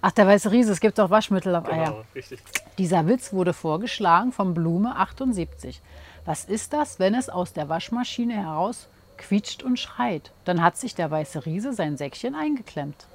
Ach, der weiße Riese, es gibt auch Waschmittel auf Genau, Eier. richtig. Dieser Witz wurde vorgeschlagen von Blume 78. Was ist das, wenn es aus der Waschmaschine heraus quietscht und schreit? Dann hat sich der weiße Riese sein Säckchen eingeklemmt.